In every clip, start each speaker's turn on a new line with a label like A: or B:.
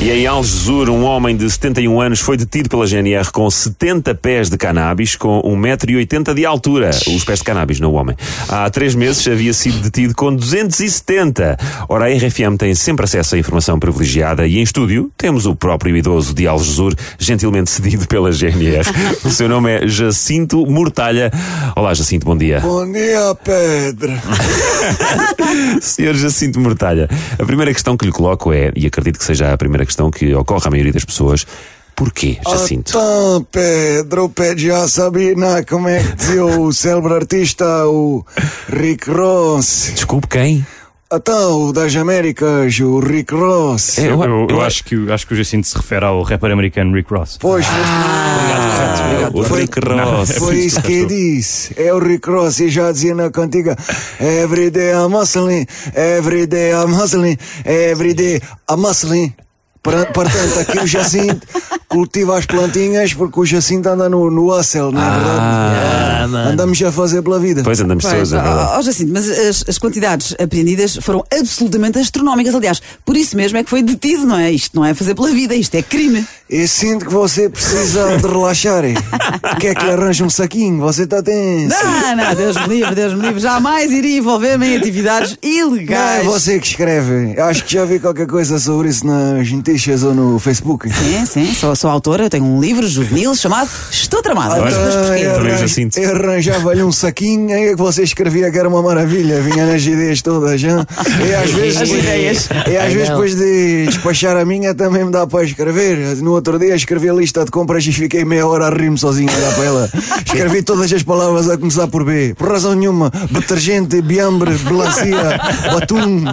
A: E em Algesur, um homem de 71 anos foi detido pela GNR com 70 pés de cannabis, com 1,80m de altura. Os pés de cannabis, não o homem. Há três meses havia sido detido com 270. Ora, a RFM tem sempre acesso à informação privilegiada e em estúdio temos o próprio idoso de Algesur, gentilmente cedido pela GNR. O seu nome é Jacinto Mortalha. Olá, Jacinto, bom dia.
B: Bom dia, Pedro.
A: Senhor Jacinto Mortalha, a primeira questão que lhe coloco é, e acredito que seja a primeira questão que ocorre à maioria das pessoas, porquê,
C: Oh,
A: Jacinto?
B: Então, Pedro, Pedro já sabia como é que dizia o célebre artista, o Rick Ross.
A: Desculpe quem?
B: Então, o das Américas, o Rick Ross.
A: É,
D: Eu, eu
A: eu
D: acho, que, o- acho que o Jacinto se refere ao rapper americano Rick Ross.
B: Pois,
A: Ah, o
B: Foi-
A: Rick Ross.
B: foi É isso que ele disse. É o Rick Ross e já dizia na cantiga Every day I'm hustling, every day I'm hustling, every day I'm hustling. Pra- Portanto, aqui o Jacinto cultiva as plantinhas porque o Jacinto anda no, no hustle, na verdade. Andamos a fazer pela vida.
A: Pois andamos
E: Pois,
A: todos, é verdade.
E: ó, ó, Jacinto, mas as, as quantidades apreendidas foram absolutamente astronómicas. Aliás, por isso mesmo é que foi detido, não é? Isto não é fazer pela vida, isto é crime.
B: Eu sinto que você precisa de relaxar. eh. Quer que lhe arranje um saquinho? Você está tenso.
E: Não, não, Deus me livre, Deus me livre. Jamais iria envolver-me em atividades
B: Não é
E: ilegais.
B: você que escreve. Acho que já vi qualquer coisa sobre isso nas notícias ou no Facebook.
E: Sim, sim, sou, sou autora, eu tenho um livro juvenil chamado Estou Tramada. Mas
B: Então,
E: porquê?
B: eu,
A: Também já
B: arran-
A: sinto.
B: eu arranjava-lhe um saquinho, aí é que você escrevia que era uma maravilha, vinha nas ideias todas, já. E às vezes,
E: As ideias.
B: E às vezes depois de despachar a minha também me dá para escrever. No outro dia escrevi a lista de compras e fiquei meia hora a rir-me sozinho a olhar para ela. Escrevi todas as palavras a começar por B, por razão nenhuma. Detergente, biambre, melancia, batum.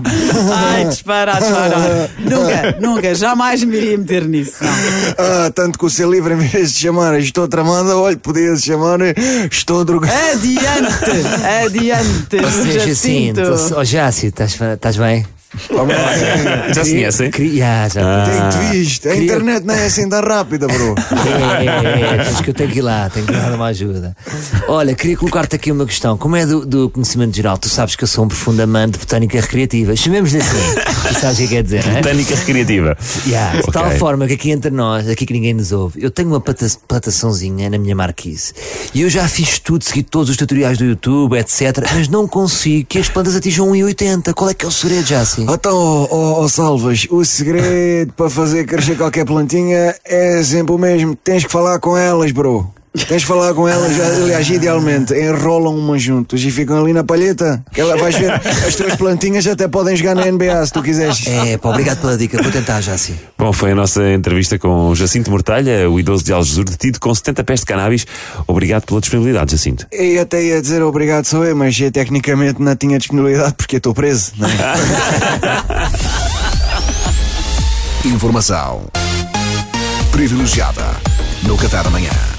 E: Ai, disparado, disparado. nunca, nunca, jamais me iria meter nisso. Não.
B: Ah, tanto que o seu livro, em vez de chamar Estou Tramada, olha, podia se chamar Estou Drogada.
E: Adiante, adiante, Jacinto.
C: Ô Jacinto, estás estás bem? oh,
A: Já se conhecem?
C: Cri- Já,
A: Ah.
C: já.
B: Tem que te visto. A
C: Ah, queria-
B: internet não é assim tão rápida, bro.
C: É, é, é, acho que eu tenho que ir lá, tenho que ir lá dar uma ajuda. Olha, queria colocar-te aqui uma questão. Como é do, do conhecimento geral, tu sabes que eu sou um profundo amante de botânica recreativa. Chamemos-lhe assim. Tu sabes o que é que quer dizer, não é?
A: Botânica recreativa.
C: Yeah, De
A: Ok.
C: tal forma que aqui entre nós, aqui que ninguém nos ouve, eu tenho uma plata plataçãozinha na minha marquise e eu já fiz tudo, segui todos os tutoriais do YouTube, etc. Mas não consigo que as plantas atinjam 1,80. Qual é que é o segredo, já assim?
B: Então, ó ó, ó, Salvas, o segredo para fazer crescer qualquer plantinha é sempre o mesmo. Tens que falar com elas, bro. Tens que falar com elas, aliás, idealmente, enrolam uma juntos e ficam ali na palheta. Que ela vais ver, as tuas plantinhas até podem jogar na NBA se tu quiseres.
C: É, pá, obrigado pela dica. Vou tentar, já assim.
A: Bom, foi a nossa entrevista com Jacinto Mortalha, o idoso de Algesur, detido com 70 pés de cannabis. Obrigado pela disponibilidade, Jacinto.
B: E até ia dizer obrigado sou eu, mas eu, tecnicamente não tinha disponibilidade porque eu estou preso. Não é?
F: Informação privilegiada no Qatar amanhã.